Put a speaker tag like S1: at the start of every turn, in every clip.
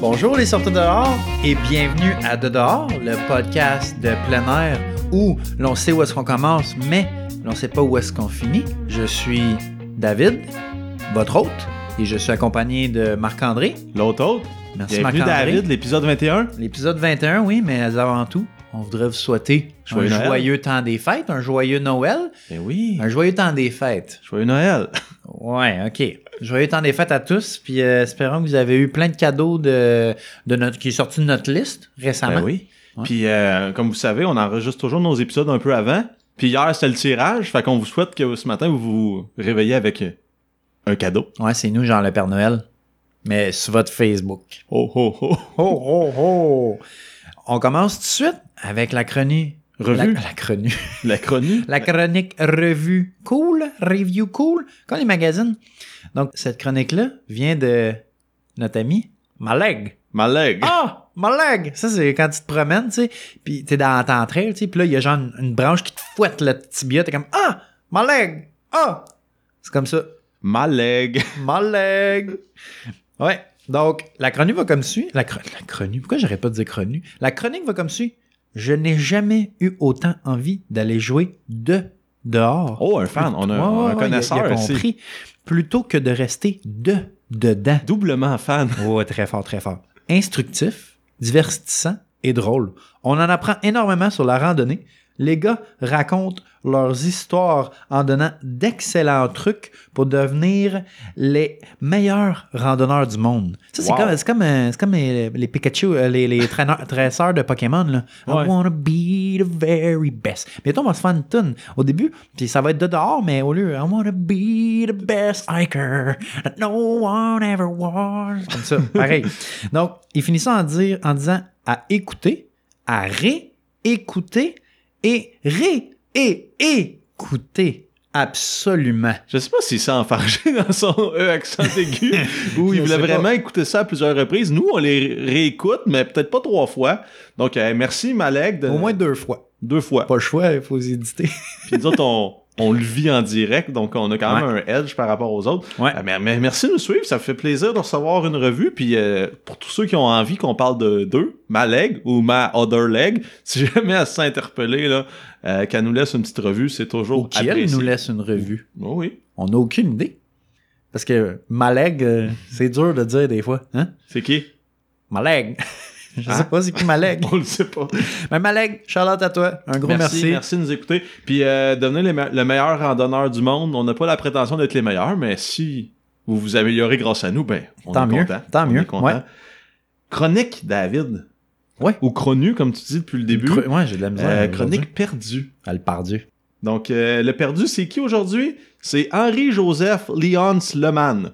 S1: Bonjour les sorteurs dehors et bienvenue à De dehors, le podcast de plein air où l'on sait où est-ce qu'on commence, mais l'on sait pas où est-ce qu'on finit. Je suis David, votre hôte, et je suis accompagné de Marc-André.
S2: L'autre autre.
S1: Merci
S2: Bienvenue
S1: Marc-André.
S2: David, l'épisode 21.
S1: L'épisode 21, oui, mais avant tout, on voudrait vous souhaiter
S2: Joyeux
S1: un
S2: Noël.
S1: joyeux temps des fêtes, un joyeux Noël,
S2: Ben oui.
S1: un joyeux temps des fêtes.
S2: Joyeux Noël.
S1: Ouais, OK. Joyeux temps des fêtes à tous, puis euh, espérons que vous avez eu plein de cadeaux de, de notre, qui est sorti de notre liste récemment.
S2: Ben oui.
S1: Ouais.
S2: Puis euh, comme vous savez, on enregistre toujours nos épisodes un peu avant. Puis hier, c'était le tirage. Fait qu'on vous souhaite que ce matin, vous vous réveillez avec euh, un cadeau.
S1: Ouais, c'est nous, genre le Père Noël, mais sur votre Facebook.
S2: Oh, oh, oh.
S1: Oh, oh, oh! On commence tout de suite avec la chronique. La,
S2: Revue, la,
S1: la chronique.
S2: chronique.
S1: La chronique revue cool, review cool, comme les magazines. Donc, cette chronique-là vient de notre ami Maleg.
S2: Ma leg.
S1: Ah! Mon leg! Ça, c'est quand tu te promènes, tu sais, pis t'es dans ta trail, tu sais, pis là, il y a genre une, une branche qui te fouette le tibia, t'es comme Ah! Mon leg! Ah! C'est comme ça.
S2: Ma leg.
S1: Mon leg! Ouais. Donc, la chronique va comme suit. La, chron- la chronique, pourquoi j'arrête pas de dire chronique? La chronique va comme suit. Je n'ai jamais eu autant envie d'aller jouer de dehors.
S2: Oh, un fan. On a,
S1: Ouais,
S2: on a
S1: ouais,
S2: un
S1: ouais, il a-
S2: connaisseur
S1: il a
S2: ici.
S1: compris. Plutôt que de rester de dedans.
S2: Doublement fan.
S1: Oh, très fort, très fort. Instructif, divertissant et drôle. On en apprend énormément sur la randonnée. Les gars racontent leurs histoires en donnant d'excellents trucs pour devenir les meilleurs randonneurs du monde. Ça, c'est
S2: Wow.
S1: comme, c'est comme, euh, c'est comme les, les Pikachu, euh, les, les traîneurs- tresseurs de Pokémon. Là.
S2: Ouais.
S1: I wanna be the very best. Bientôt, on va se faire une toune au début, puis ça va être de dehors, mais au lieu, I wanna be the best hiker that no one ever was. Comme ça, pareil. Donc, il finit ça en, dire, en disant à écouter, à réécouter et ré et écouter. Absolument.
S2: Je sais pas s'il s'est enfargé dans son E accent aigu ou il
S1: Je
S2: voulait
S1: sais pas.
S2: vraiment écouter ça à plusieurs reprises. Nous, on les réécoute, mais peut-être pas trois fois. Donc, euh, merci Malek. de-
S1: Au moins deux fois.
S2: deux fois.
S1: Pas le choix, il faut les éditer.
S2: Puis nous autres, on, on le vit en direct, donc on a quand même un edge par rapport aux autres.
S1: Ouais.
S2: Euh, Mais, mais merci de nous suivre, ça fait plaisir de recevoir une revue. Puis euh, pour tous ceux qui ont envie qu'on parle de deux, ma leg ou ma other leg, si jamais à s'interpeller, là, euh, qu'elle nous laisse une petite revue, c'est toujours
S1: Ou qui, elle,
S2: apprécié.
S1: nous laisse une revue.
S2: Oh oui,
S1: On n'a aucune idée. Parce que Malègue, euh, c'est dur de dire des fois. Hein?
S2: c'est qui
S1: Malègue. Je
S2: Hein?
S1: sais pas c'est qui Malègue.
S2: On le sait pas.
S1: Mais Malègue, Charlotte à toi. Un gros merci.
S2: merci, merci de nous écouter. Puis euh, devenez les me- le meilleur randonneur du monde. On n'a pas la prétention d'être les meilleurs, mais si vous vous améliorez grâce à nous, ben, on
S1: Tant
S2: est
S1: mieux,
S2: content.
S1: tant
S2: On
S1: mieux,
S2: est content.
S1: ouais.
S2: Chronique, David.
S1: Ouais.
S2: Ou chronu, comme tu dis depuis le début.
S1: Cre- Ouais, j'ai de la misère.
S2: Euh,
S1: aujourd'hui.
S2: chronique perdue.
S1: Ah, le pardieu.
S2: Donc, euh, le perdu, c'est qui aujourd'hui? C'est Henri-Joseph Léon Leman.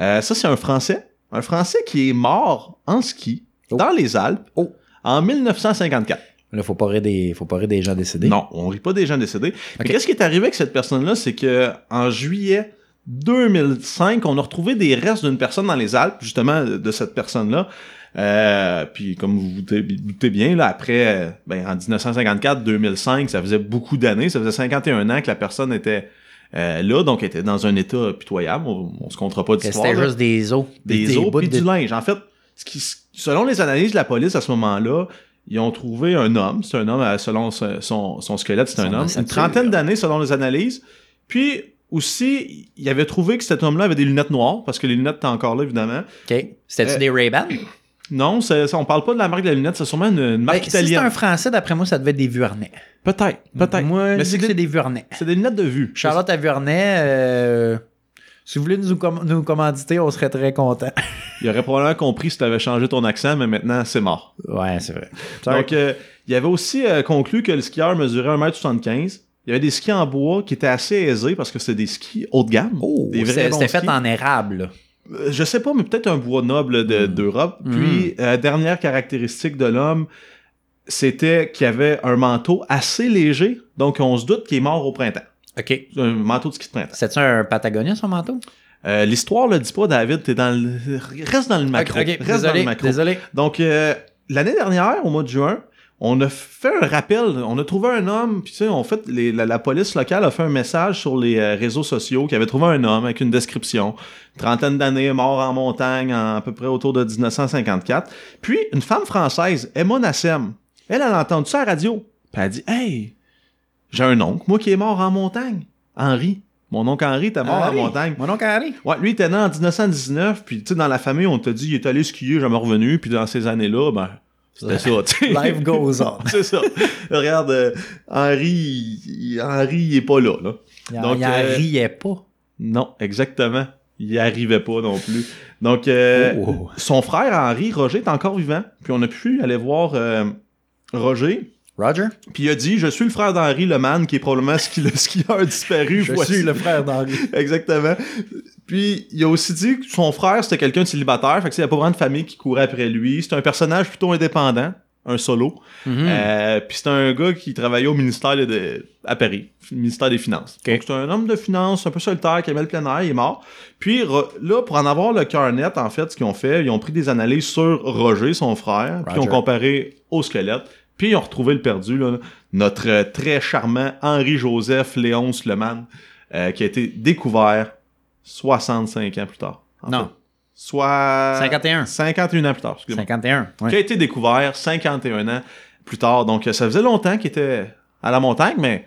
S2: Euh, ça, c'est un Français. Un Français qui est mort en ski
S1: Oh.
S2: dans les Alpes
S1: Oh.
S2: en 1954.
S1: Là, faut pas rire des, faut pas rire des gens décédés.
S2: Non, on rit pas des gens décédés. Mais
S1: Ok.
S2: qu'est-ce qui est arrivé avec cette personne-là, c'est que en juillet 2005, on a retrouvé des restes d'une personne dans les Alpes, justement de cette personne-là. Euh, puis comme vous vous doutez- doutez bien, là, après, euh, ben, en 1954-2005, ça faisait beaucoup d'années, ça faisait 51 ans que la personne était euh, là, donc était dans un état pitoyable. On, on se comptera pas d'histoire.
S1: C'était
S2: là
S1: juste des os.
S2: des os
S1: bouts
S2: puis
S1: de-
S2: du linge. En fait, ce qui, selon les analyses de la police à ce moment-là, ils ont trouvé un homme. C'est un homme, euh, selon son, son- son squelette, c'est un
S1: Son
S2: homme. Une
S1: ossature.
S2: trentaine d'années, selon les analyses. Puis aussi, il avait trouvé que cet homme-là avait des lunettes noires, parce que les lunettes étaient encore là, évidemment.
S1: OK. C'était-tu
S2: Euh,
S1: des Ray-Ban?
S2: Non, c'est- c'est- on parle pas de la marque de la lunette, c'est sûrement une, une marque
S1: Ben, si c'était
S2: italienne.
S1: un français, d'après moi, ça devait être des Vuarnet.
S2: Peut-être, peut-être.
S1: Moi,
S2: Mais
S1: je dis
S2: c'est
S1: que
S2: des,
S1: c'est des Vuarnet.
S2: c'est des lunettes de vue.
S1: Charlotte à Vuarnet, euh, si vous voulez nous, com- nous commanditer, on serait très contents.
S2: Il aurait probablement compris si tu avais changé ton accent, mais maintenant, c'est mort.
S1: Ouais, c'est vrai.
S2: Donc, euh, il avait aussi euh, conclu que le skieur mesurait 1m75. Il y avait des skis en bois qui étaient assez aisés parce que c'était des skis haut de gamme.
S1: Oh,
S2: des vrais
S1: c'est-
S2: bons
S1: c'était fait
S2: skis.
S1: en érable. là.
S2: Euh, Je sais pas, mais peut-être un bois noble de-
S1: Mm.
S2: d'Europe.
S1: Mm.
S2: Puis, euh, dernière caractéristique de l'homme, c'était qu'il avait un manteau assez léger. Donc, on se doute qu'il est mort au printemps.
S1: OK.
S2: Un manteau de ski de printemps.
S1: C'était-tu un Patagonia, son manteau?
S2: Euh, L'histoire le dit pas, David. T'es dans le... Reste dans le macro.
S1: OK,
S2: Reste dans le macro.
S1: désolé.
S2: Donc, euh, l'année dernière, au mois de juin, on a fait un rappel, on a trouvé un homme, puis tu sais, on fait les- la, la police locale a fait un message sur les euh, réseaux sociaux qui avait trouvé un homme avec une description, trentaine d'années, mort en montagne, en- à peu près autour de 1954. Puis une femme française, Emma Nassem, elle, elle a entendu ça à la radio, puis elle a dit, hey, j'ai un oncle, moi qui est mort en montagne, Henri. Mon oncle Henri était mort en
S1: Henri.
S2: montagne.
S1: Mon oncle Henri.
S2: Ouais, lui, il était né en 1919, puis tu sais, dans la famille, on t'a dit, il est allé skier, jamais revenu, puis dans ces années-là, ben, c'était ça, tu sais.
S1: Life goes on.
S2: C'est ça. Regarde, euh, Henri, il, il- Henri, il est pas là, là.
S1: Il,
S2: Donc,
S1: il en
S2: euh,
S1: riait pas.
S2: Non, exactement. Il n'y arrivait pas non plus. Donc, euh,
S1: Oh.
S2: son frère Henri, Roger, est encore vivant. Puis on a pu aller voir euh, Roger.
S1: Roger?
S2: Puis il a dit, je suis le frère d'Henri Le Man, qui est probablement ski- le skieur disparu. voici
S1: frère d'Henri.
S2: Exactement. Puis, il a aussi dit que son frère, c'était quelqu'un de célibataire, fait que c'est pas vraiment de famille qui courait après lui. C'était un personnage plutôt indépendant, un solo.
S1: Mhm. Hmm.
S2: Euh, puis c'était un gars qui travaillait au ministère de- de- à Paris, f- ministère des Finances.
S1: Ok.
S2: Donc, c'était un homme de finance, un peu solitaire, qui aimait le plein air, il est mort. Puis re- là, pour en avoir le cœur net, en fait, ce qu'ils ont fait, ils ont pris des analyses sur Roger, son frère, puis ils ont
S1: Roger.
S2: comparé au squelette. Puis ils ont retrouvé le perdu, là, notre euh, très charmant Henri-Joseph Léonce Leman, euh, qui a été découvert 65 ans plus tard. En
S1: Non.
S2: fait, soit...
S1: 51.
S2: 51 ans plus tard, excusez-moi
S1: 51. ouais.
S2: qui a été découvert 51 ans plus tard. Donc, euh, ça faisait longtemps qu'il était à la montagne, mais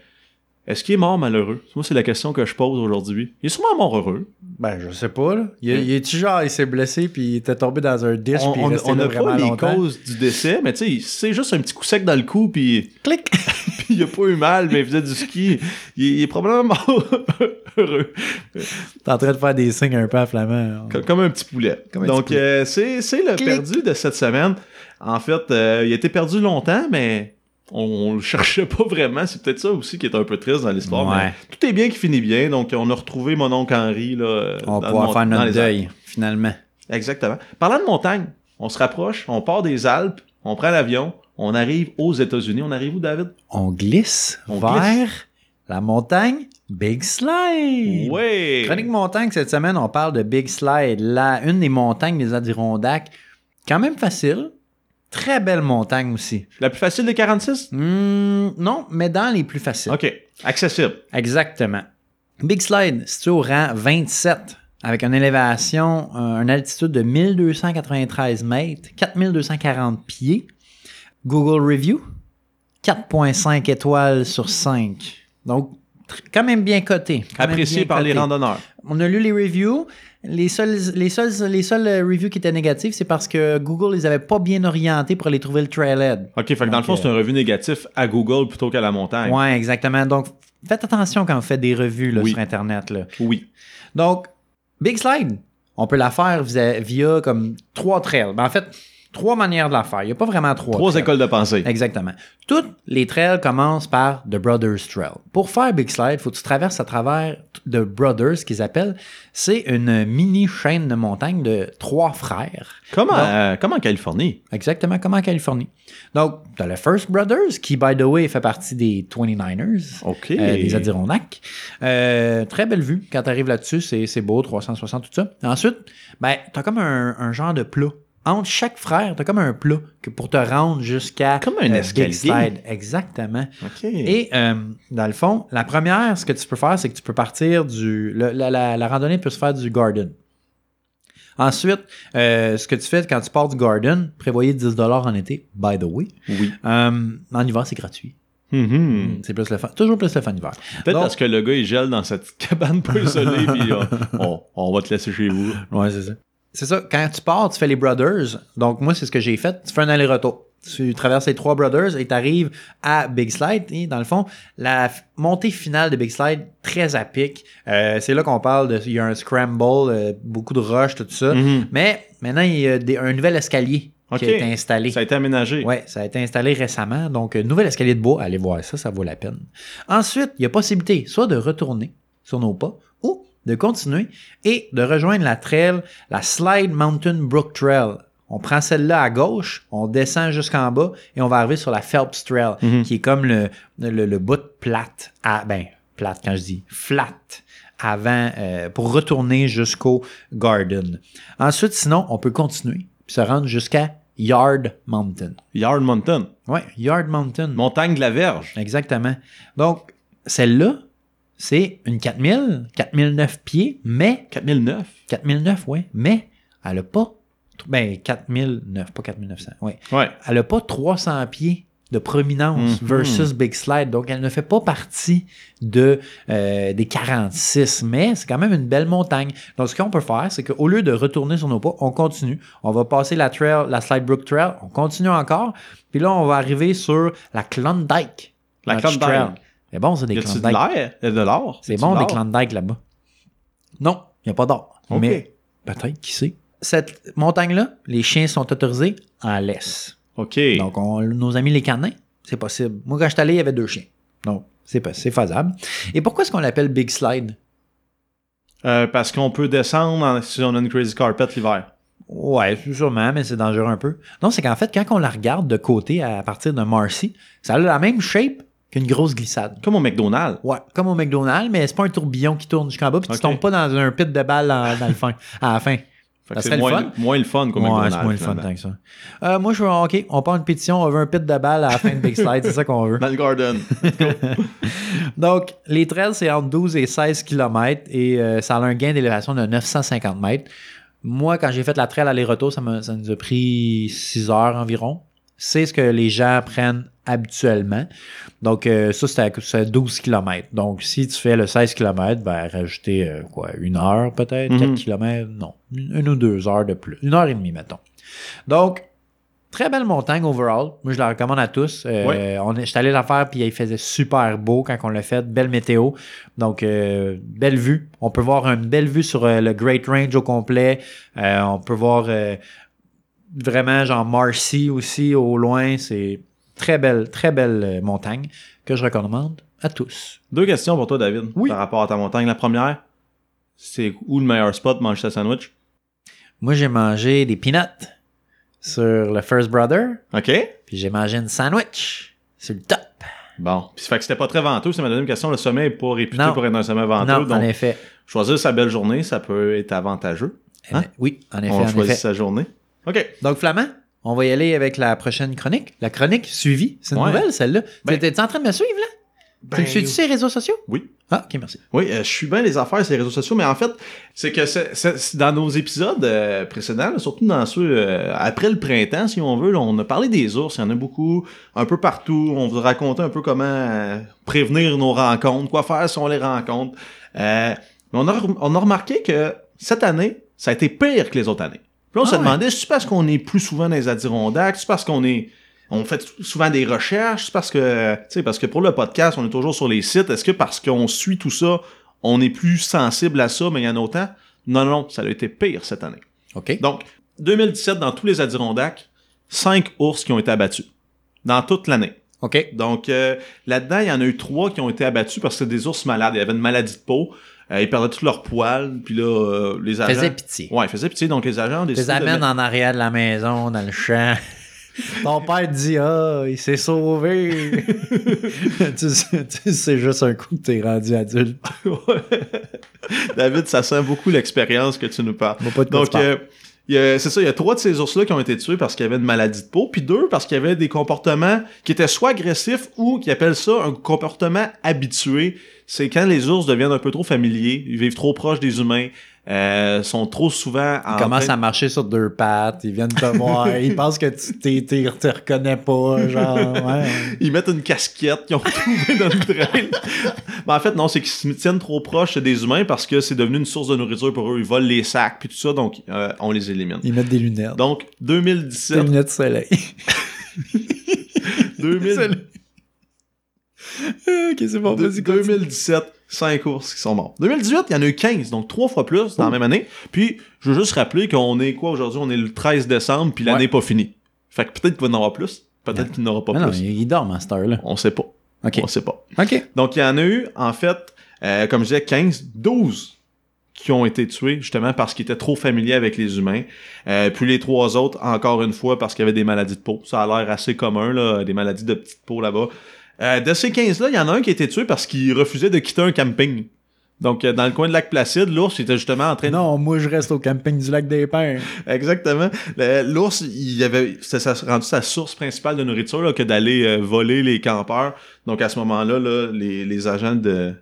S2: est-ce qu'il est mort malheureux? Moi, c'est la question que je pose aujourd'hui. Il est sûrement mort heureux.
S1: Ben, je sais pas, là. Il, il est-tu genre, il s'est blessé, puis il était tombé dans un disque, puis il
S2: on
S1: est resté
S2: n'a
S1: là
S2: pas
S1: vraiment
S2: les
S1: longtemps.
S2: causes du décès, mais tu sais, c'est juste un petit coup sec dans le cou, puis
S1: Clic!
S2: puis il a pas eu mal, mais il faisait du ski. Il, il est probablement mort heureux.
S1: T'es en train de faire des signes un peu à flamand. hein.
S2: Comme, comme un petit poulet.
S1: Comme un
S2: Donc,
S1: petit poulet.
S2: euh, c'est c'est le
S1: Clic.
S2: perdu de cette semaine. En fait, euh, il a été perdu longtemps, mais on, on le cherchait pas vraiment. C'est peut-être ça aussi qui est un peu triste dans l'histoire.
S1: Ouais.
S2: mais Tout est bien qui finit bien. Donc, on a retrouvé mon oncle Henri. Là, euh,
S1: On
S2: dans
S1: va
S2: le
S1: pouvoir
S2: mont-
S1: faire
S2: dans
S1: notre
S2: les Alpes.
S1: deuil, finalement.
S2: Exactement. Parlant de montagne, on se rapproche, on part des Alpes, on prend l'avion, on arrive aux États-Unis. On arrive où, David?
S1: On glisse
S2: On
S1: vers la montagne Big Slide.
S2: Ouais!
S1: Chronique montagne, cette semaine, on parle de Big Slide, la, une des montagnes des Adirondacks. Quand même facile. Très belle montagne aussi.
S2: La plus facile des 46?
S1: Hmm, non, mais dans les plus faciles.
S2: OK. Accessible.
S1: Exactement. Big Slide, situé au rang 27, avec une élévation, euh, une altitude de 1293 mètres, 4240 pieds. Google Review, 4.5 étoiles sur 5. Donc, tr- quand même bien coté. quand même
S2: Apprécié
S1: bien
S2: par les
S1: coté.
S2: randonneurs.
S1: On a lu les reviews. Les seuls, les seuls, les seuls euh, reviews qui étaient négatifs, c'est parce que Google les avait pas bien orientés pour aller trouver le trailhead.
S2: OK, fait que dans le
S1: Donc,
S2: fond, c'est un revue négatif à Google plutôt qu'à la montagne.
S1: Ouais, exactement. Donc, faites attention quand vous faites des revues là,
S2: Oui.
S1: sur Internet. Là.
S2: Oui.
S1: Donc, Big Slide, on peut la faire via, via comme trois trails. Ben, en fait, trois manières de la faire. Il n'y a pas vraiment trois.
S2: Trois
S1: trails.
S2: écoles de pensée.
S1: Exactement. Toutes les trails commencent par The Brothers Trail. Pour faire Big Slide, il faut que tu traverses à travers The Brothers, qu'ils appellent. C'est une mini chaîne de montagne de trois frères.
S2: Comme,
S1: Non.
S2: à- comme en Californie.
S1: Exactement comme en Californie. Donc, tu as le First Brothers, qui, by the way, fait partie des 29ers.
S2: OK.
S1: Euh, des Adirondacks. Euh, très belle vue. Quand tu arrives là-dessus, c'est c'est beau, 360, tout ça. Ensuite, ben, tu as comme un, un genre de plat. Entre chaque frère, tu as comme un plat que pour te rendre jusqu'à euh,
S2: Comme un
S1: Big
S2: escalier.
S1: Slide. Exactement.
S2: OK.
S1: Et euh, dans le fond, la première, ce que tu peux faire, c'est que tu peux partir du. le- la, la- la randonnée peut se faire du garden. Ensuite, euh, ce que tu fais quand tu pars du garden, prévoyez 10 en été, by the way.
S2: Oui.
S1: Euh, en hiver, c'est gratuit.
S2: Mhm.
S1: C'est plus le fun. Toujours plus le fun hiver.
S2: Peut-être
S1: Donc-
S2: parce que le gars, il gèle dans cette cabane peu isolée, puis euh, on, on va te laisser chez vous.
S1: Ouais, c'est ça. C'est ça. Quand tu pars, tu fais les Brothers. Donc, moi, c'est ce que j'ai fait. Tu fais un aller-retour. Tu traverses les trois Brothers et tu arrives à Big Slide. Et dans le fond, la f- montée finale de Big Slide, très à pic. Euh, c'est là qu'on parle de. Il y a un scramble, euh, beaucoup de rush, tout ça.
S2: Mhm.
S1: Mais maintenant, il y a des- un nouvel escalier
S2: Ok.
S1: qui a été installé.
S2: Ça a été aménagé.
S1: Ouais, ça a été installé récemment. Donc, euh, nouvel escalier de bois, allez voir ça, ça vaut la peine. Ensuite, il y a possibilité soit de retourner sur nos pas ou de continuer et de rejoindre la trail, la Slide Mountain Brook Trail. On prend celle-là à gauche, on descend jusqu'en bas et on va arriver sur la Phelps Trail,
S2: Mhm.
S1: qui est comme le, le, le bout de plate à. Ben, plate quand je dis flat avant euh, pour retourner jusqu'au garden. Ensuite, sinon, on peut continuer puis se rendre jusqu'à Yard Mountain.
S2: Yard Mountain.
S1: Ouais, Yard Mountain.
S2: Montagne de la Verge.
S1: Exactement. Donc, celle-là, c'est une 4000, 4009 pieds, mais,
S2: 4009.
S1: 4009, ouais, mais elle n'a pas, ben, 4009, pas 4900, ouais.
S2: Ouais.
S1: Elle n'a pas 300 pieds de prominence
S2: Mhm.
S1: versus Big Slide, donc elle ne fait pas partie de, euh, des 46, mais c'est quand même une belle montagne. Donc, ce qu'on peut faire, c'est qu'au lieu de retourner sur nos pas, on continue. On va passer la trail, la Slide Brook Trail, on continue encore, puis là, on va arriver sur la Klondike.
S2: La
S1: Notch Trail.
S2: Clondike.
S1: C'est bon, c'est des
S2: Y a-tu de
S1: Klondike.
S2: l'air? Y a de l'or?
S1: C'est
S2: Y a-tu
S1: bon,
S2: de
S1: des
S2: l'or?
S1: Klondike là-bas. Non, il n'y a pas d'or.
S2: Ok.
S1: Mais peut-être, qui sait. Cette montagne-là, les chiens sont autorisés en laisse.
S2: OK.
S1: Donc, on- nos amis les canins, c'est possible. Moi, quand je suis allé, il y avait deux chiens. Donc, c'est pas- c'est faisable. Et pourquoi est-ce qu'on l'appelle Big Slide?
S2: Euh, parce qu'on peut descendre en- si on a une crazy carpet l'hiver.
S1: Ouais, sûrement, mais c'est dangereux un peu. Non, c'est qu'en fait, quand on la regarde de côté à partir d'un Marcy, ça a la même shape qu'une grosse glissade.
S2: Comme au McDonald's.
S1: Ouais, comme au McDonald's, mais c'est pas un tourbillon qui tourne jusqu'en bas, puis
S2: Ok.
S1: tu tombes pas dans un pit de balles en- dans le fin, à la fin. Ça
S2: Fait que
S1: serait
S2: c'est
S1: le
S2: moins,
S1: fun.
S2: moins le fun qu'au
S1: Ouais,
S2: McDonald's.
S1: c'est moins le fun
S2: finalement.
S1: tant que ça. Euh, moi, je veux, OK, on prend une pétition, on veut un pit de balle à la fin de Big Slide, c'est ça qu'on veut.
S2: Dans le garden.
S1: Donc, les trails, c'est entre 12 et 16 km et euh, ça a un gain d'élévation de 950 mètres. Moi, quand j'ai fait la trail aller-retour, ça, m'a- ça nous a pris 6 heures environ. C'est ce que les gens prennent habituellement. Donc, euh, ça, c'est à c'est à 12 km. Donc, si tu fais le 16 km, ben, rajouter euh, quoi, une heure peut-être,
S2: Mhm.
S1: 4 km, non, une, une ou deux heures de plus, une heure et demie, mettons. Donc, très belle montagne overall. Moi, je la recommande à tous. Euh,
S2: Ouais.
S1: on est, je suis allé la faire, puis il faisait super beau quand on l'a fait. Belle météo. Donc, euh, belle vue. On peut voir une belle vue sur euh, le Great Range au complet. Euh, on peut voir euh, vraiment, genre, Marcy aussi au loin. C'est très belle, très belle euh, montagne que je recommande à tous.
S2: Deux questions pour toi, David,
S1: Oui.
S2: par rapport à ta montagne. La première, c'est où le meilleur spot pour manger ta sandwich?
S1: Moi, j'ai mangé des peanuts sur le First Brother,
S2: OK?
S1: puis j'ai mangé une sandwich sur le top.
S2: Bon. Puis, ça fait que c'était pas très venteux, c'est ma deuxième question. Le sommet est pas réputé
S1: Non.
S2: pour être un sommet venteux.
S1: Non, en
S2: donc,
S1: effet.
S2: choisir sa belle journée, ça peut être avantageux.
S1: En-
S2: Hein?
S1: Eh ben, Oui, en effet,
S2: on
S1: en
S2: choisit
S1: effet.
S2: sa journée. OK.
S1: Donc, Flamand, on va y aller avec la prochaine chronique. La chronique suivie. C'est une
S2: Ouais.
S1: nouvelle, celle-là.
S2: Ben-
S1: T'es- T'es en train de me suivre, là? tu suis sur les réseaux sociaux?
S2: Oui.
S1: Ah, ok, merci.
S2: Oui, euh, je suis bien les affaires sur les réseaux sociaux, mais en fait, c'est que c'est- c'est- c'est dans nos épisodes euh, précédents, là, surtout dans ceux euh, après le printemps, si on veut, là, on a parlé des ours, il y en a beaucoup, un peu partout. On vous racontait un peu comment euh, prévenir nos rencontres, quoi faire si on les rencontre. Euh, mais on a, rem- on a remarqué que cette année, ça a été pire que les autres années. Puis là,
S1: Ah
S2: on se
S1: ouais.
S2: demandait, c'est parce qu'on est plus souvent dans les Adirondacks, c'est parce qu'on est on fait souvent des recherches c'est parce que tu sais parce que pour le podcast on est toujours sur les sites est-ce que parce qu'on suit tout ça on est plus sensible à ça mais il y en a autant non non ça a été pire cette année
S1: OK.
S2: donc 2017 dans tous les Adirondacks cinq ours qui ont été abattus dans toute l'année
S1: OK.
S2: donc euh, là-dedans il y en a eu trois qui ont été abattus parce que c'était des ours malades il y avait une maladie de peau euh, ils perdaient tous leurs poils puis là euh, les agents
S1: Faisait pitié.
S2: ouais ils faisaient pitié donc les agents ont
S1: Tu les
S2: décidé de
S1: amènes
S2: mettre-
S1: en arrière de la maison, dans le champ. Ton père te dit Ah, il s'est sauvé. tu, sais, tu sais, c'est juste un coup que t'es rendu adulte.
S2: David ça sent beaucoup l'expérience que tu nous parles
S1: Moi, pas de quoi tu
S2: Donc,
S1: parles.
S2: euh, il y a- c'est ça, il y a trois de ces ours-là qui ont été tués parce qu'il y avait une maladie de peau, puis deux parce qu'il y avait des comportements qui étaient soit agressifs ou qui appellent ça un comportement habitué. C'est quand les ours deviennent un peu trop familiers, ils vivent trop proches des humains, euh, sont trop souvent en
S1: Ils commencent
S2: train-
S1: à marcher sur deux pattes, ils viennent te voir, ils pensent que tu t'es- t'es- te reconnais pas, genre, ouais.
S2: Ils mettent une casquette qu'ils ont trouvée dans le trail. Mais en fait, non, c'est qu'ils se tiennent trop proches des humains parce que c'est devenu une source de nourriture pour eux. Ils volent les sacs, puis tout ça, donc euh, on les élimine.
S1: Ils mettent des lunettes.
S2: Donc,
S1: des
S2: 2017,
S1: lunettes de soleil.
S2: 2000,
S1: ok, c'est bon,
S2: De-
S1: vas-y, continue.
S2: 2017, 5 ours qui sont morts. 2018, il y en a eu 15, donc 3 fois plus dans la même année. Puis, je veux juste rappeler qu'on est quoi aujourd'hui? On est le 13 décembre, puis l'année
S1: Ouais.
S2: n'est pas finie. Fait que peut-être qu'il va en avoir plus, peut-être qu'il n'aura pas
S1: Ah non,
S2: plus.
S1: ils ils dorment à cette heure-là.
S2: On sait pas.
S1: Ok.
S2: On sait pas.
S1: Ok.
S2: Donc, il y en a eu, en fait, euh, comme je disais, 15, 12 qui ont été tués, justement, parce qu'ils étaient trop familiers avec les humains. Euh, puis les trois autres, encore une fois, parce qu'il y avait des maladies de peau. Ça a l'air assez commun, là, des maladies de petite peau là-bas. Euh, de ces 15-là, il y en a un qui a été tué parce qu'il refusait de quitter un camping. Donc, euh, dans le coin de Lac Placide, l'ours était justement en train de
S1: Non, moi, je reste au camping du lac des Pins.
S2: Exactement. Le- L'ours, il avait, c'était sa- rendu sa source principale de nourriture là, que d'aller euh, voler les campeurs. Donc à ce moment-là, là, les, les agents de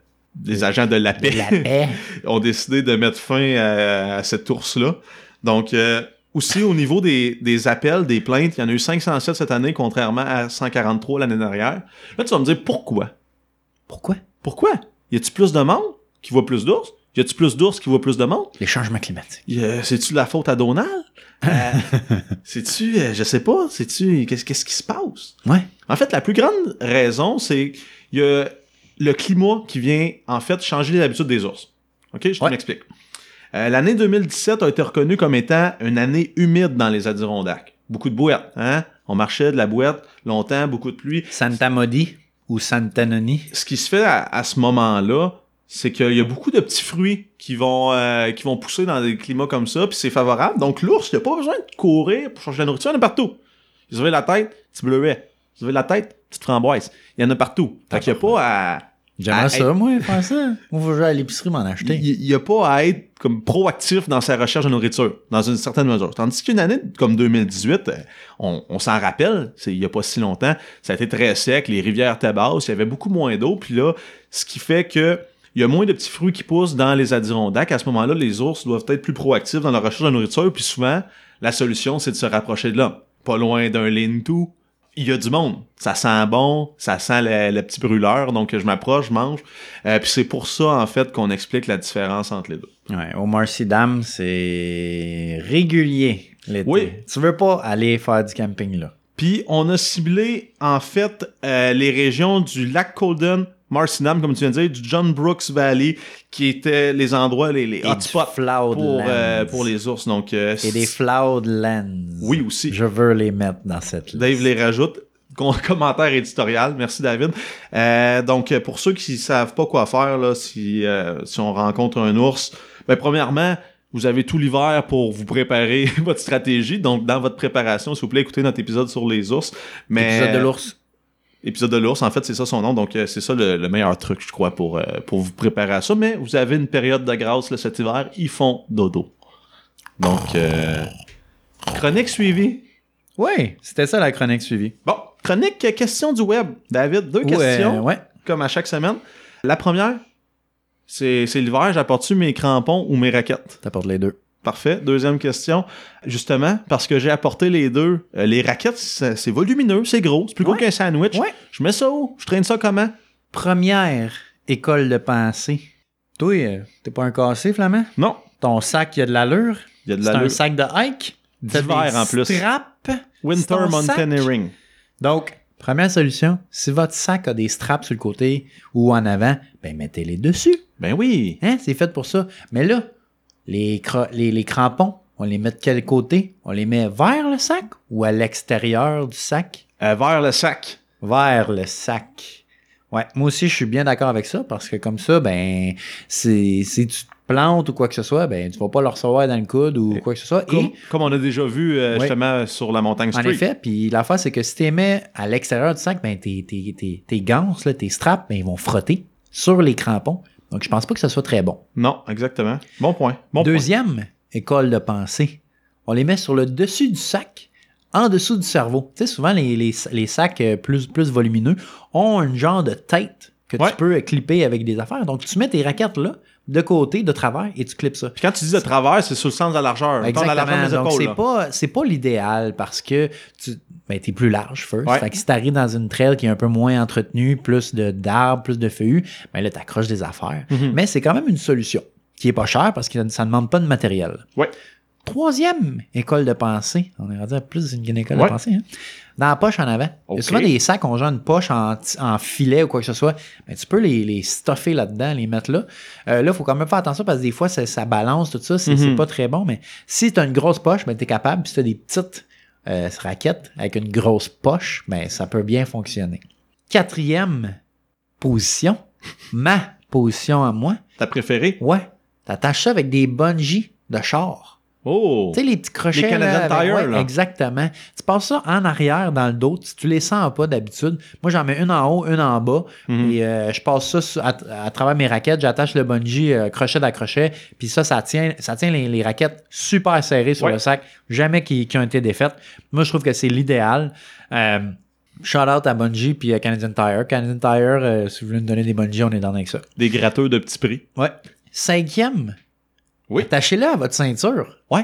S2: les agents de la paix,
S1: La paix.
S2: ont décidé de mettre fin à, à cet ours-là. Donc euh, aussi au niveau des, des appels, des plaintes, il y en a eu 507 cette année, contrairement à 143 l'année dernière. Là, tu vas me dire pourquoi?
S1: Pourquoi?
S2: Pourquoi? Y a-tu plus de monde qui voit plus d'ours? Y a-tu plus d'ours qui voit plus de monde?
S1: Les changements climatiques.
S2: Euh, c'est-tu la faute à Donald? Euh, c'est-tu, euh, je sais pas, c'est-tu, qu'est-ce, qu'est-ce qui se passe?
S1: Ouais.
S2: En fait, la plus grande raison, c'est qu'il y a le climat qui vient, en fait, changer les habitudes des ours. OK, je te
S1: Ouais.
S2: m'explique. Euh, l'année 2017 a été reconnue comme étant une année humide dans les Adirondacks. Beaucoup de bouettes, hein? On marchait de la bouette longtemps, beaucoup de pluie.
S1: Santa Modi ou Santa Noni.
S2: Ce qui se fait à, à ce moment-là, c'est qu'il y a beaucoup de petits fruits qui vont, euh, qui vont pousser dans des climats comme ça, puis c'est favorable. Donc l'ours, il n'a pas besoin de courir pour changer la nourriture, il y en a partout. Il se veut la tête, petit bleuet. Il se veut la tête, petite framboise. Il y en a partout. Fait qu'il n'y a pas à...
S1: J'aimerais
S2: Ah,
S1: ça, moi, faire ça. Moi, je vais à l'épicerie m'en
S2: Il
S1: acheter.
S2: il y a pas à être comme proactif dans sa recherche de nourriture, dans une certaine mesure. Tandis qu'une année comme 2018, euh, on, on s'en rappelle, c'est il y a pas si longtemps, ça a été très sec, les rivières étaient basses, il y avait beaucoup moins d'eau, puis là, ce qui fait que il y a moins de petits fruits qui poussent dans les Adirondacks. À ce moment-là, les ours doivent être plus proactifs dans leur recherche de nourriture, puis souvent, la solution, c'est de se rapprocher de l'homme. Pas loin d'un lean-to, il y a du monde. Ça sent bon, ça sent le, le petit brûleur, donc je m'approche, je mange. Euh, puis c'est pour ça, en fait, qu'on explique la différence entre les deux.
S1: Ouais, au Marcy Dam, c'est régulier l'été.
S2: Oui.
S1: Tu veux pas aller faire du camping là.
S2: Puis on a ciblé, en fait, euh, les régions du lac Colden, Marcinam, comme tu viens de dire, du John Brooks Valley, qui étaient les endroits, les, les
S1: Et du
S2: hotspots pour,
S1: Floodlands.
S2: euh, pour les ours. Donc, euh,
S1: Et des Floodlands.
S2: Oui, aussi.
S1: Je veux les mettre dans cette liste.
S2: Dave les rajoute. Con- Commentaire éditorial, merci David. Euh, donc euh, pour ceux qui savent pas quoi faire là, si euh, si on rencontre un ours, ben premièrement vous avez tout l'hiver pour vous préparer votre stratégie. Donc dans votre préparation, s'il vous plaît, écoutez notre épisode sur les ours. Mais
S1: Épisode de l'ours.
S2: Épisode de l'ours, en fait, c'est ça son nom. Donc, euh, c'est ça le, le meilleur truc, je crois, pour, euh, pour vous préparer à ça. Mais vous avez une période de grâce là, cet hiver. Ils font dodo. Donc, euh, chronique suivie.
S1: Oui, c'était ça la chronique suivie.
S2: Bon, chronique euh, question du web. David, deux
S1: Ou, euh,
S2: questions,
S1: ouais.
S2: comme à chaque semaine. La première, c'est c'est l'hiver, j'apporte-tu mes crampons ou mes raquettes?
S1: T'apportes les deux.
S2: Parfait. Deuxième question, justement, parce que j'ai apporté les deux. euh, les raquettes, c'est c'est volumineux, c'est gros, c'est plus gros
S1: Ouais.
S2: qu'un sandwich.
S1: Ouais.
S2: Je mets ça où? Je traîne ça comment?
S1: Première école de pensée. Toi, euh, t'es pas un cassé, Flamand?
S2: Non,
S1: Ton sac, il y a de l'allure.
S2: il y a de
S1: C'est
S2: la
S1: un sac de hike. T'as
S2: D'hiver
S1: des
S2: en plus.
S1: straps. c'est
S2: Winter
S1: un
S2: Mountaineering.
S1: Donc, première solution, si votre sac a des straps sur le côté ou en avant, ben mettez-les dessus.
S2: Ben oui.
S1: Hein? C'est fait pour ça. Mais là, les, cra- les, les crampons, on les met de quel côté? On les met vers le sac ou à l'extérieur du sac?
S2: Euh, vers le sac.
S1: Vers le sac. Ouais, moi aussi, je suis bien d'accord avec ça parce que comme ça, ben, c'est- si tu te plantes ou quoi que ce soit, ben, tu vas pas le recevoir dans le coude ou quoi que ce soit.
S2: Comme,
S1: Et,
S2: comme on a déjà vu euh,
S1: Ouais.
S2: justement sur la montagne
S1: en
S2: Street.
S1: effet, puis l'affaire, c'est que si tu les mets à l'extérieur du sac, ben, tes, tes, tes, tes ganses, là, tes straps, ben, ils vont frotter sur les crampons. Donc, je pense pas que ce soit très bon.
S2: Non, exactement. Bon point. Bon point.
S1: Deuxième école de pensée, on les met sur le dessus du sac, en dessous du cerveau. Tu sais, souvent, les, les- les sacs euh, plus, plus volumineux ont un genre de tête que
S2: Ouais.
S1: tu peux euh, clipper avec des affaires. Donc, tu mets tes raquettes là, de côté, de travers, et tu clips ça.
S2: Puis quand tu dis de travers, c'est sur le sens de la largeur. le temps de la largeur des
S1: Exactement. Donc,
S2: épaules,
S1: c'est
S2: là.
S1: pas, c'est pas l'idéal parce que tu ben, es plus large, first.
S2: Ouais.
S1: Fait que si t'arrives dans une trail qui est un peu moins entretenue, plus de- d'arbres, plus de feuillus, ben là, t'accroches des affaires.
S2: Mhm.
S1: Mais c'est quand même une solution qui est pas chère parce que ça ne demande pas de matériel.
S2: Ouais.
S1: Troisième école de pensée, on est rendu à plus d'une école
S2: Ouais.
S1: de pensée, hein? dans la poche en avant. Il y a
S2: Ok.
S1: souvent des sacs, on genre une poche en, ti- en filet ou quoi que ce soit. Ben, tu peux les, les stuffer là-dedans, les mettre là. Euh, là, il faut quand même faire attention parce que des fois, ça, ça balance tout ça. C'est
S2: Mhm.
S1: c'est pas très bon, mais si tu as une grosse poche, ben, tu es capable. Si tu as des petites euh, raquettes avec une grosse poche, ben, ça peut bien fonctionner. Quatrième position, ma position à moi,
S2: Ta préférée?
S1: Ouais. T'attaches ça avec des bungees de char.
S2: Oh!
S1: Tu sais, les petits crochets.
S2: Les Canadian
S1: là, avec-
S2: Tire,
S1: ouais,
S2: là.
S1: Exactement. Tu passes ça en arrière dans le dos. Tu, tu les sens pas d'habitude. Moi, j'en mets une en haut, une en bas.
S2: Mhm.
S1: Et euh, je passe ça sur- à, à travers mes raquettes. J'attache le bungee euh, crochet à crochet. Puis ça, ça tient, ça tient les, les raquettes super serrées sur
S2: Ouais.
S1: le sac. Jamais qui, qui ont été défaites. Moi, je trouve que c'est l'idéal. Euh, Shout out à Bungie puis à Canadian Tire. Canadian Tire, euh, si vous voulez nous donner des Bungie, on est dans avec ça.
S2: Des gratteurs de petits prix.
S1: Ouais. Cinquième.
S2: Oui.
S1: Attachez-le à votre ceinture.
S2: Ouais.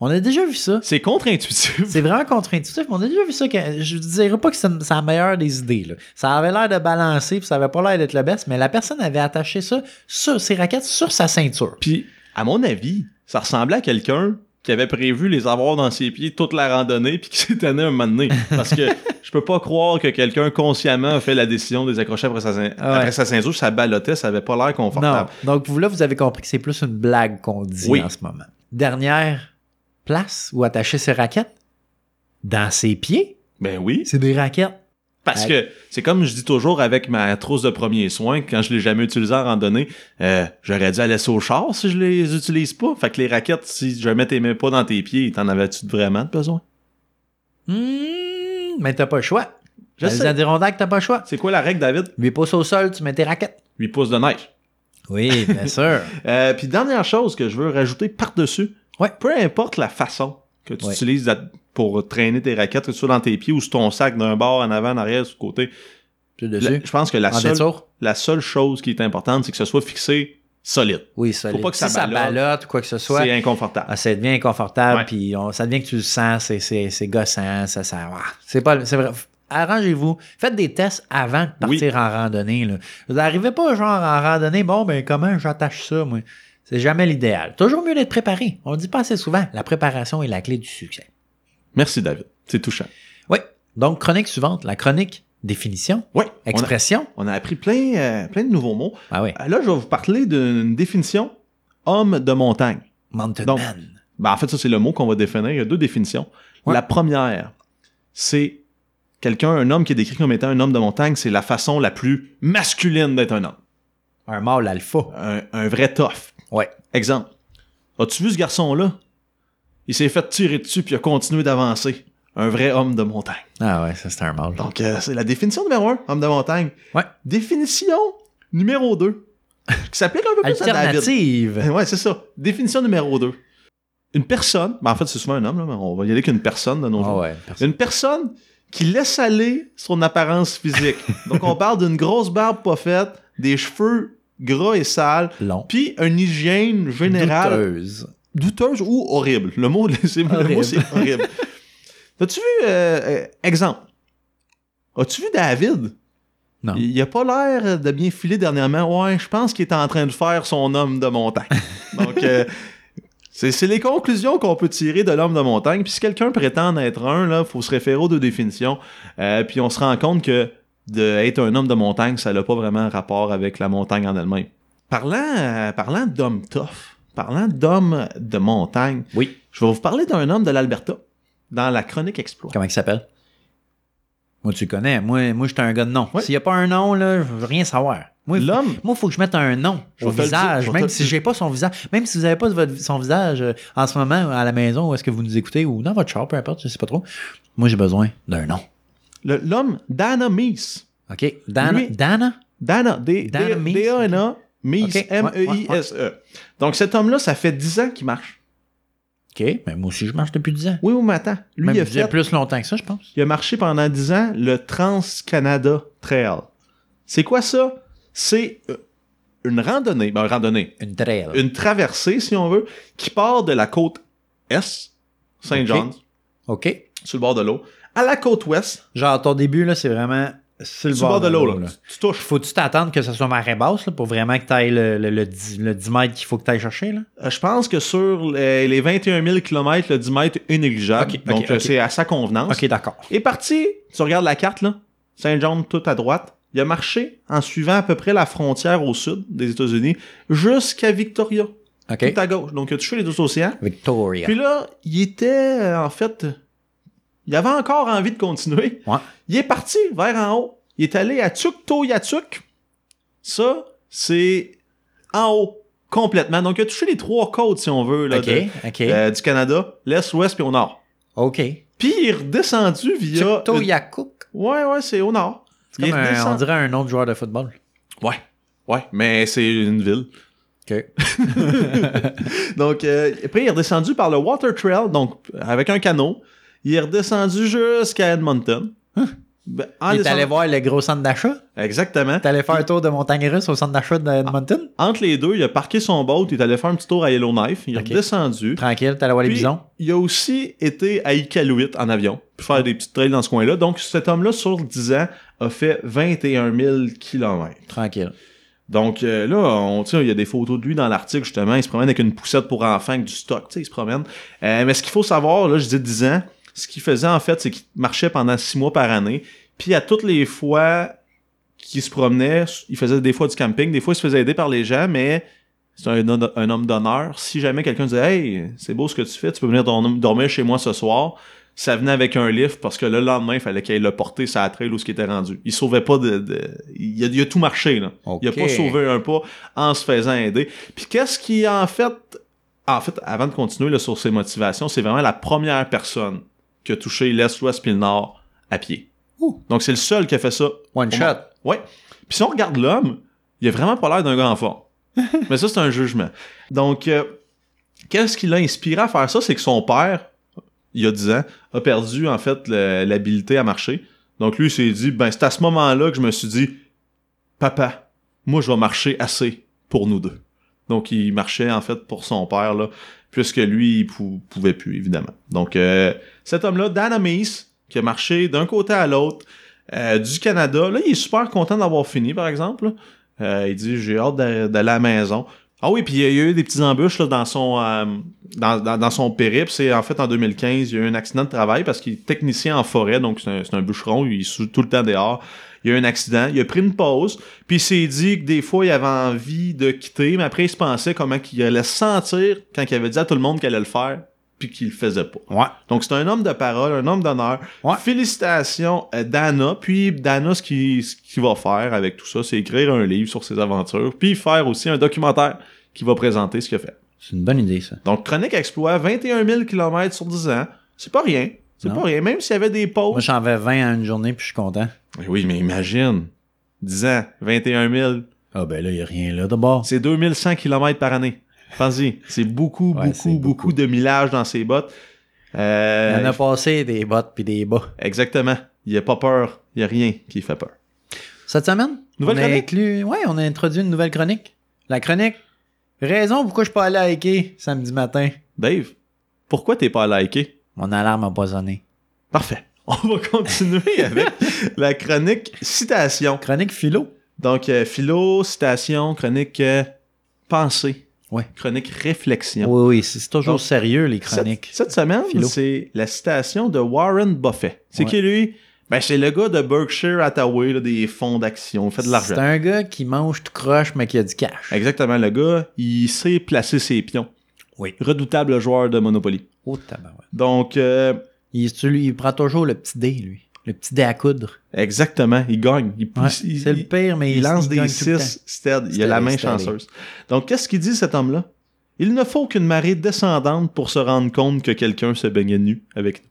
S1: On a déjà vu ça.
S2: C'est contre-intuitif.
S1: C'est vraiment contre-intuitif, mais on a déjà vu ça. que- je ne dirais pas que c'est c'est la meilleure des idées. là. Ça avait l'air de balancer, puis ça avait pas l'air d'être le best, mais la personne avait attaché ça sur ses raquettes, sur sa ceinture.
S2: Puis, à mon avis, ça ressemblait à quelqu'un qui avait prévu les avoir dans ses pieds toute la randonnée puis qui s'est tanné un moment donné. Parce que je peux pas croire que quelqu'un consciemment a fait la décision de les accrocher après sa, cein- après sa ceinture. Ça ballottait, ça avait pas l'air
S1: Non.
S2: confortable.
S1: Donc, vous, là, vous avez compris que c'est plus une blague qu'on dit
S2: Oui.
S1: en ce moment. Dernière place où attacher ses raquettes dans ses pieds.
S2: Ben oui.
S1: C'est des raquettes.
S2: Parce que c'est comme je dis toujours avec ma trousse de premiers soins, quand je l'ai jamais utilisée en randonnée, euh, j'aurais dû la laisser au char si je les utilise pas. Fait que les raquettes, si jamais t'es même pas dans tes pieds, t'en avais-tu vraiment besoin?
S1: Hmm, mais t'as pas le choix.
S2: Je
S1: Dans les
S2: sais.
S1: Adirondacks, t'as pas le choix.
S2: C'est quoi la règle, David?
S1: Huit pouces au sol, tu mets tes raquettes.
S2: 8 pouces de neige.
S1: Oui, bien sûr.
S2: Euh, Puis dernière chose que je veux rajouter par-dessus,
S1: Ouais.
S2: peu importe la façon que tu
S1: Ouais.
S2: utilises d'a- pour traîner tes raquettes, que ce soit dans tes pieds ou sur ton sac d'un bord, en avant, en arrière, sur le côté,
S1: Tu es
S2: la-
S1: dessus.
S2: je pense que la
S1: en
S2: seule,
S1: détour.
S2: la seule chose qui est importante, c'est que ce soit fixé solide.
S1: Oui, ça
S2: Faut pas que ça
S1: si ça
S2: ballotte.
S1: ballotte ou quoi que ce soit,
S2: C'est inconfortable.
S1: ah, ça devient inconfortable,
S2: Ouais.
S1: puis on- ça devient que tu le sens, c'est, c'est, c'est gossant, ça, ça, ah, c'est pas, c'est vrai. Arrangez-vous, faites des tests avant de
S2: Oui.
S1: partir en randonnée. Là. Vous n'arrivez pas genre en randonnée, bon ben comment j'attache ça, moi. C'est jamais l'idéal. Toujours mieux d'être préparé. On le dit pas assez souvent, la préparation est la clé du succès.
S2: Merci, David. C'est touchant.
S1: Oui. Donc chronique suivante, la chronique définition,
S2: Oui, on a,
S1: expression.
S2: on a appris plein, euh, plein de nouveaux mots.
S1: Ah oui,
S2: Euh, Là, je vais vous parler d'une définition homme de montagne.
S1: mountain
S2: Donc,
S1: man.
S2: Ben, en fait, ça, c'est le mot qu'on va définir. Il y a deux définitions.
S1: Ouais.
S2: La première, c'est quelqu'un, un homme qui est décrit comme étant un homme de montagne, c'est la façon la plus masculine d'être un homme.
S1: Un mâle alpha.
S2: Un, un vrai tough.
S1: Ouais.
S2: Exemple. As-tu vu ce garçon-là? Il s'est fait tirer dessus puis il a continué d'avancer. Un vrai homme de montagne.
S1: Ah ouais, ça c'est un mâle.
S2: Donc, euh, c'est la définition numéro un, homme de montagne.
S1: Ouais.
S2: Définition numéro deux, qui s'applique un peu plus à David. Ben
S1: Alternative.
S2: Ouais, c'est ça. Définition numéro 2. Une personne, ben en fait, c'est souvent un homme, là, mais on va y aller qu'une personne de nos
S1: Ah
S2: jours.
S1: ouais,
S2: Une personne qui laisse aller son apparence physique. Donc, on parle d'une grosse barbe pas faite, des cheveux gras et sales,
S1: long.
S2: puis une hygiène générale
S1: Douteuse.
S2: douteuse, ou horrible. Le mot, c'est, le mot,
S1: Horrible.
S2: c'est horrible. T'as-tu vu, euh, euh, exemple, as-tu vu David?
S1: Non.
S2: Il, il a pas l'air de bien filer dernièrement. Ouais, je pense qu'il est en train de faire son homme de montagne. Donc, euh, c'est c'est les conclusions qu'on peut tirer de l'homme de montagne. Puis si quelqu'un prétend en être un, là, faut se référer aux deux définitions. Euh, puis on se rend compte que d'être un homme de montagne, ça n'a pas vraiment rapport avec la montagne en elle-même. Parlant, euh, parlant d'homme tough, parlant d'homme de montagne,
S1: Oui.
S2: je vais vous parler d'un homme de l'Alberta dans la chronique exploit.
S1: Comment il s'appelle? Moi, tu le connais. Moi, moi j'étais un gars de nom.
S2: Ouais.
S1: S'il n'y a pas un nom, là, je veux rien savoir. Moi, il
S2: L'homme,
S1: moi, faut que je mette un nom
S2: Je
S1: au
S2: vais te le dire,
S1: visage,
S2: je vais te
S1: même
S2: le
S1: si
S2: dire.
S1: j'ai pas son visage. Même si vous n'avez pas votre- son visage euh, en ce moment à la maison où est-ce que vous nous écoutez ou dans votre char, peu importe, je sais pas trop. Moi, j'ai besoin d'un nom.
S2: le- l'homme Dana Meese.
S1: OK? Dana?
S2: Lui-
S1: Dana?
S2: Dana, D-
S1: Dana
S2: D-
S1: Meese.
S2: D-A-N-A, Meese, E
S1: Ok, ouais,
S2: M-E-I-S-E. Donc cet homme-là, ça fait 10 ans qu'il marche.
S1: OK. Ben, moi aussi, je marche depuis 10 ans.
S2: Oui, oui, mais attends. Lui,
S1: même
S2: il a,
S1: déjà
S2: fait,
S1: plus longtemps que ça, je pense.
S2: il a marché pendant 10 ans le Trans-Canada Trail. C'est quoi ça? C'est euh, une randonnée, ben, une randonnée,
S1: Une trail.
S2: une traversée, si on veut, qui part de la côte Est,
S1: Ok.
S2: Saint-Jean,
S1: OK?
S2: sur le bord de l'eau, à la côte Ouest,
S1: Genre, ton début, là, c'est vraiment sur le
S2: sur le bord de l'eau. là.
S1: là.
S2: Tu touches.
S1: Faut-tu t'attendre que ça soit marée basse là, pour vraiment que tu ailles le, le, le 10, le 10 mètres qu'il faut que tu ailles chercher? Là?
S2: Euh, Je pense que sur les les 21 000 km, le 10 mètres est négligeable.
S1: Ok, ok,
S2: donc, euh,
S1: ok.
S2: c'est à sa convenance.
S1: Ok, d'accord.
S2: est parti. Tu regardes la carte, là. Saint-John, tout à droite. Il a marché en suivant à peu près la frontière au sud des États-Unis jusqu'à Victoria,
S1: Ok.
S2: tout à gauche. Donc, il a touché les deux océans.
S1: Victoria.
S2: Puis là, il était, euh, en fait, il avait encore envie de continuer.
S1: Ouais.
S2: Il est parti vers en haut. Il est allé à Tuktoyaktuk. Ça, c'est en haut. complètement. Donc, il a touché les trois côtes, si on veut, là,
S1: OK,
S2: de-
S1: OK.
S2: euh, du Canada, l'Est, l'Ouest, puis au Nord.
S1: OK.
S2: Puis, il est redescendu via...
S1: Choctaw
S2: une-
S1: Yakouk.
S2: Ouais, ouais, c'est au Nord.
S1: C'est comme
S2: Il est
S1: un-
S2: redescend-
S1: on dirait un nom de joueur de football.
S2: Ouais, ouais, mais c'est une ville.
S1: OK.
S2: Donc, euh, après, il est redescendu par le Water Trail, donc avec un canot. Il est redescendu jusqu'à Edmonton. Ben, en
S1: Il est
S2: descendant-
S1: allé voir le gros centre d'achat.
S2: Exactement.
S1: T'es allé faire un tour de montagne russe au centre d'achat d'Edmonton.
S2: Entre les deux, il a parqué son boat, il est allé faire un petit tour à Yellowknife, il est
S1: Ok.
S2: redescendu.
S1: Tranquille, t'es allé voir les
S2: Puis,
S1: bisons.
S2: Il a aussi été à Iqaluit en avion, pour
S1: Ah.
S2: faire des petites trails dans ce coin-là. Donc, cet homme-là, sur 10 ans, a fait 21 000 kilomètres.
S1: Tranquille.
S2: Donc euh, là, on, tu sais, il y a des photos de lui dans l'article, justement. Il se promène avec une poussette pour enfants, avec du stock, tu sais, il se promène. Euh, mais ce qu'il faut savoir, là, je dis 10 ans, ce qu'il faisait, en fait, c'est qu'il marchait pendant 6 mois par année. Puis à toutes les fois qu'il se promenait, il faisait des fois du camping, des fois il se faisait aider par les gens, mais c'est un, hon- un homme d'honneur. Si jamais quelqu'un disait « Hey, c'est beau ce que tu fais, tu peux venir dorm- dormir chez moi ce soir », ça venait avec un livre parce que le lendemain, il fallait qu'il aille le porter sa trail ou ce qui était rendu. Il sauvait pas de... de- Il, a, il a tout marché, là. Il a
S1: OK.
S2: pas sauvé un pas en se faisant aider. Puis qu'est-ce qui en fait en fait avant de continuer là, sur ses motivations, c'est vraiment la première personne qui a touché l'est, l'ouest puis le nord à pied.
S1: Ouh.
S2: Donc c'est le seul qui a fait ça.
S1: One
S2: Pour
S1: shot.
S2: moi. Ouais. Puis si on regarde l'homme, il a vraiment pas l'air d'un gars en forme. Mais ça c'est un jugement. Donc euh, qu'est-ce qui l'a inspiré à faire ça, c'est que son père il y a 10 ans a perdu en fait le- l'habilité à marcher. Donc lui il s'est dit ben c'est à ce moment-là que je me suis dit Papa, moi je vais marcher assez pour nous deux. Donc il marchait en fait pour son père là, puisque lui il pou- pouvait plus évidemment. Donc euh, cet homme-là, Dan Amis, qui a marché d'un côté à l'autre euh, du Canada, là il est super content d'avoir fini par exemple. là. Euh, il dit j'ai hâte d'a- d'aller à la maison. Ah oui, puis il y a eu des petites embûches là, dans son euh, dans, dans- dans son périple. C'est en fait en 2015, il y a eu un accident de travail parce qu'il est technicien en forêt, donc c'est un, c'est un bûcheron, il est tout le temps dehors. Il y a eu un accident, il a pris une pause, puis il s'est dit que des fois, il avait envie de quitter, mais après, il se pensait comment qu'il allait se sentir quand il avait dit à tout le monde qu'elle allait le faire, puis qu'il le faisait pas.
S1: Ouais.
S2: Donc, c'est un homme de parole, un homme d'honneur.
S1: Ouais.
S2: Félicitations, euh, Dana. Puis, Dana, ce qu'il ce qu'il va faire avec tout ça, c'est écrire un livre sur ses aventures, puis faire aussi un documentaire qui va présenter ce qu'il a fait.
S1: C'est une bonne idée, ça.
S2: Donc, Chronique Exploit, 21 000 km sur 10 ans. C'est pas rien. C'est
S1: Non.
S2: pas rien. Même s'il y avait des pauses.
S1: Moi, j'en vais 20 en une journée, puis je suis content.
S2: Eh Oui, mais imagine. 10 ans, 21 000.
S1: Ah, ben là, il n'y a rien là d'abord.
S2: C'est 2100 km par année. Pensez, c'est beaucoup,
S1: Ouais, c'est
S2: beaucoup, beaucoup,
S1: beaucoup.
S2: de millage dans ses bottes.
S1: Il
S2: Euh,
S1: en a passé des bottes puis des bas.
S2: Exactement. Il a pas peur. Il n'y a rien qui fait peur.
S1: Cette semaine,
S2: Nouvelle
S1: on a
S2: chronique?
S1: inclus- ouais, on a introduit une nouvelle chronique. La chronique Raison pourquoi je suis pas allé à Ikea samedi matin.
S2: Dave, pourquoi t'es pas liké?
S1: Mon alarme a pas sonné.
S2: Parfait. On va continuer avec la chronique citation.
S1: Chronique philo.
S2: Donc, euh, philo, citation, chronique euh, pensée.
S1: Ouais.
S2: Chronique réflexion.
S1: Oui, oui, c'est c'est toujours
S2: Donc,
S1: sérieux, les
S2: Cette-
S1: chroniques.
S2: Cette, semaine,
S1: Philo.
S2: c'est la citation de Warren Buffett. C'est
S1: Ouais.
S2: qui lui? Ben, c'est le gars de Berkshire Hathaway, là, des fonds d'action. Il fait de l'argent.
S1: C'est un gars qui mange tout croche, mais qui a du cash.
S2: Exactement, le gars, il sait placer ses pions.
S1: Oui.
S2: Redoutable joueur de Monopoly.
S1: Oh, tabarouette.
S2: Donc, euh,
S1: Il, tu- lui, il prend toujours le petit dé, lui. Le petit dé à coudre.
S2: exactement, il gagne. Il,
S1: Ouais,
S2: il-
S1: c'est le
S2: il-
S1: pire, mais
S2: il lance des
S1: gagne tout le temps.
S2: 6 stead. Il a la
S1: Steady,
S2: main
S1: steady.
S2: chanceuse. Donc, qu'est-ce qu'il dit, cet homme-là? Il ne faut qu'une marée descendante pour se rendre compte que quelqu'un se baignait nu avec nous.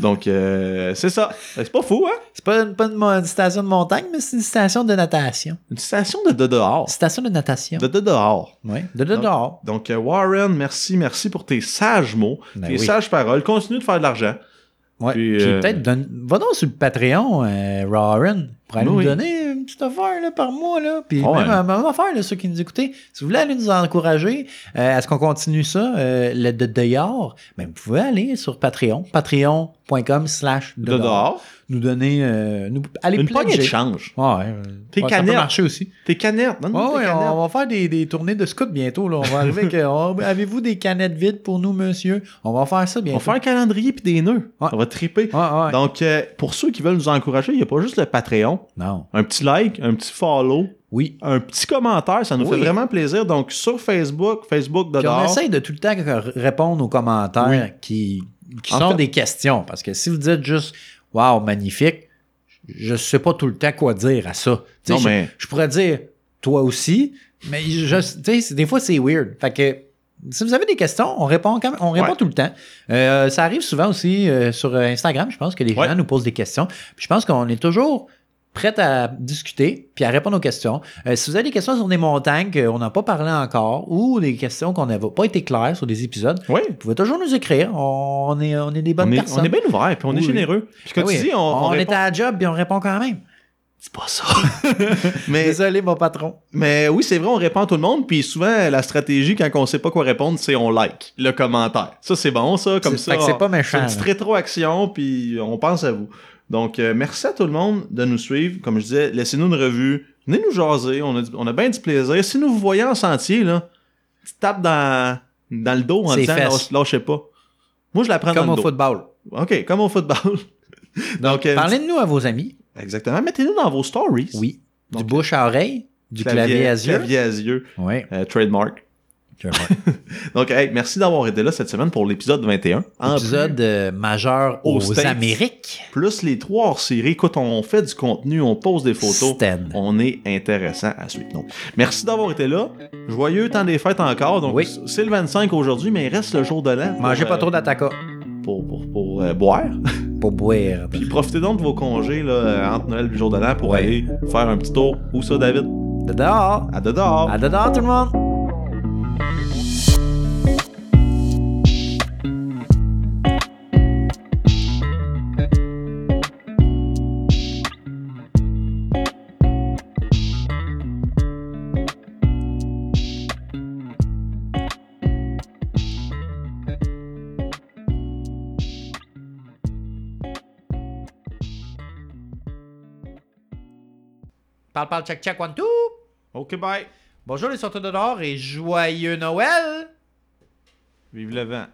S2: Donc, euh, c'est ça. C'est pas fou, hein?
S1: C'est pas, une, pas une mo- une station de montagne, mais c'est une station de natation.
S2: Une citation de, de dehors.
S1: Station de natation.
S2: De, de dehors.
S1: Ouais, de, de
S2: Non.
S1: dehors.
S2: Donc, euh, Warren, merci, merci pour tes sages mots,
S1: Ben
S2: tes
S1: oui.
S2: sages paroles. Continue de faire de l'argent.
S1: Ouais.
S2: Puis,
S1: Puis,
S2: euh,
S1: peut-être, donne- va donc sur le Patreon, euh, Raren, pour aller
S2: Oui,
S1: nous
S2: oui.
S1: donner une petite affaire là, par mois. Là. Puis
S2: Ouais.
S1: même, euh, même affaire, là, ceux qui nous écoutez, si vous voulez aller nous encourager euh, à ce qu'on continue ça, euh, le de dehors, ben, vous pouvez aller sur Patreon, patreon.com slash
S2: De, dehors.
S1: Nous donner, euh, nous, aller
S2: Une poignée
S1: plonger.
S2: de change.
S1: Ouais, euh,
S2: Tes
S1: ouais, ça peut
S2: canettes.
S1: marcher aussi.
S2: Tes canettes. Non,
S1: Ouais,
S2: non, tes
S1: ouais,
S2: canettes.
S1: on va faire des, des tournées de scouts bientôt. Là. On va arriver avec. euh, oh, Avez-vous des canettes vides pour nous, monsieur? On va faire ça
S2: On
S1: bientôt.
S2: va faire un calendrier puis des nœuds.
S1: Ouais.
S2: On va triper.
S1: Ouais, ouais.
S2: Donc, euh, pour ceux qui veulent nous encourager, il n'y a pas juste le Patreon.
S1: Non.
S2: Un petit like, un petit follow,
S1: Oui.
S2: un petit commentaire, ça nous
S1: Oui.
S2: fait vraiment plaisir. Donc, sur Facebook, Facebook de
S1: Puis on
S2: dehors.
S1: essaye de tout le temps r- répondre aux commentaires qui, qui
S2: En
S1: sont
S2: fait-
S1: des questions. Parce que si vous dites juste Waouh, magnifique, je sais pas tout le temps quoi dire à ça. Tu sais,
S2: Non,
S1: je,
S2: mais-
S1: je pourrais dire Toi aussi, Mais je, tu sais, c'est- des fois, c'est weird. Fait que si vous avez des questions, on répond quand même- on répond
S2: Ouais.
S1: tout le temps. Euh, ça arrive souvent aussi euh, sur euh, Instagram, je pense que les gens
S2: Ouais.
S1: nous posent des questions. Puis je pense qu'on est toujours prêt à discuter puis à répondre aux questions. Euh, si vous avez des questions sur des montagnes qu'on n'a pas parlé encore ou des questions qu'on n'a pas été claires sur des épisodes,
S2: Oui.
S1: vous pouvez toujours nous écrire. On est, on est des bonnes
S2: On est,
S1: personnes.
S2: on est bien ouvert, puis on
S1: Oui,
S2: est
S1: oui.
S2: généreux. Puis comme
S1: Ben oui,
S2: tu dis, on, on
S1: est
S2: répond-
S1: à la job puis on répond quand même.
S2: C'est pas ça. mais,
S1: Désolé, mon patron.
S2: mais oui, c'est vrai, on répond à tout le monde. Puis souvent, la stratégie, quand on sait pas quoi répondre, c'est on like le commentaire. Ça, c'est bon, ça. Comme
S1: C'est-
S2: ça,
S1: fait que c'est
S2: on-
S1: pas méchant,
S2: C'est une petite
S1: là.
S2: rétroaction, puis on pense à vous. Donc, euh, merci à tout le monde de nous suivre. Comme je disais, laissez-nous une revue. Venez nous jaser. On a, du- on a bien du plaisir. Si nous vous voyons en sentier, là, tu tapes dans, dans le dos en
S1: Ses
S2: disant
S1: fesses.
S2: lâche, lâchez pas. Moi, je la prends
S1: Comme
S2: dans
S1: au
S2: le dos.
S1: football.
S2: OK, comme au football. Donc, euh,
S1: Parlez de nous à vos amis.
S2: Exactement. Mettez-nous dans vos stories.
S1: Oui. Du
S2: Donc,
S1: bouche à oreille, du clavier, à yeux.
S2: Clavier à yeux.
S1: Oui.
S2: Euh, trademark. Donc, hey, merci d'avoir été là cette semaine pour l'épisode 21. En
S1: Épisode euh, majeur
S2: Aux
S1: aux,
S2: States.
S1: Amériques.
S2: plus les trois hors série. Écoute, on fait du contenu, on pose des photos.
S1: Stan.
S2: On est intéressant à suivre. Donc, merci d'avoir été là. Joyeux temps des fêtes encore. Donc,
S1: Oui.
S2: c'est le 25 aujourd'hui, mais il reste le jour de l'an. pour,
S1: Mangez
S2: euh,
S1: pas trop d'attaca
S2: Pour, pour- pour, euh, boire.
S1: pour boire.
S2: Puis profitez donc de vos congés là, euh, entre Noël et le jour de l'an pour
S1: Ouais.
S2: aller faire un petit tour. Où ça, David?
S1: De dehors.
S2: À dehors!
S1: À de dehors, tout le monde. Parle, parle, check, check, one, two.
S2: OK, bye!
S1: Bonjour les sorteurs de dehors et joyeux Noël!
S2: Vive le vent!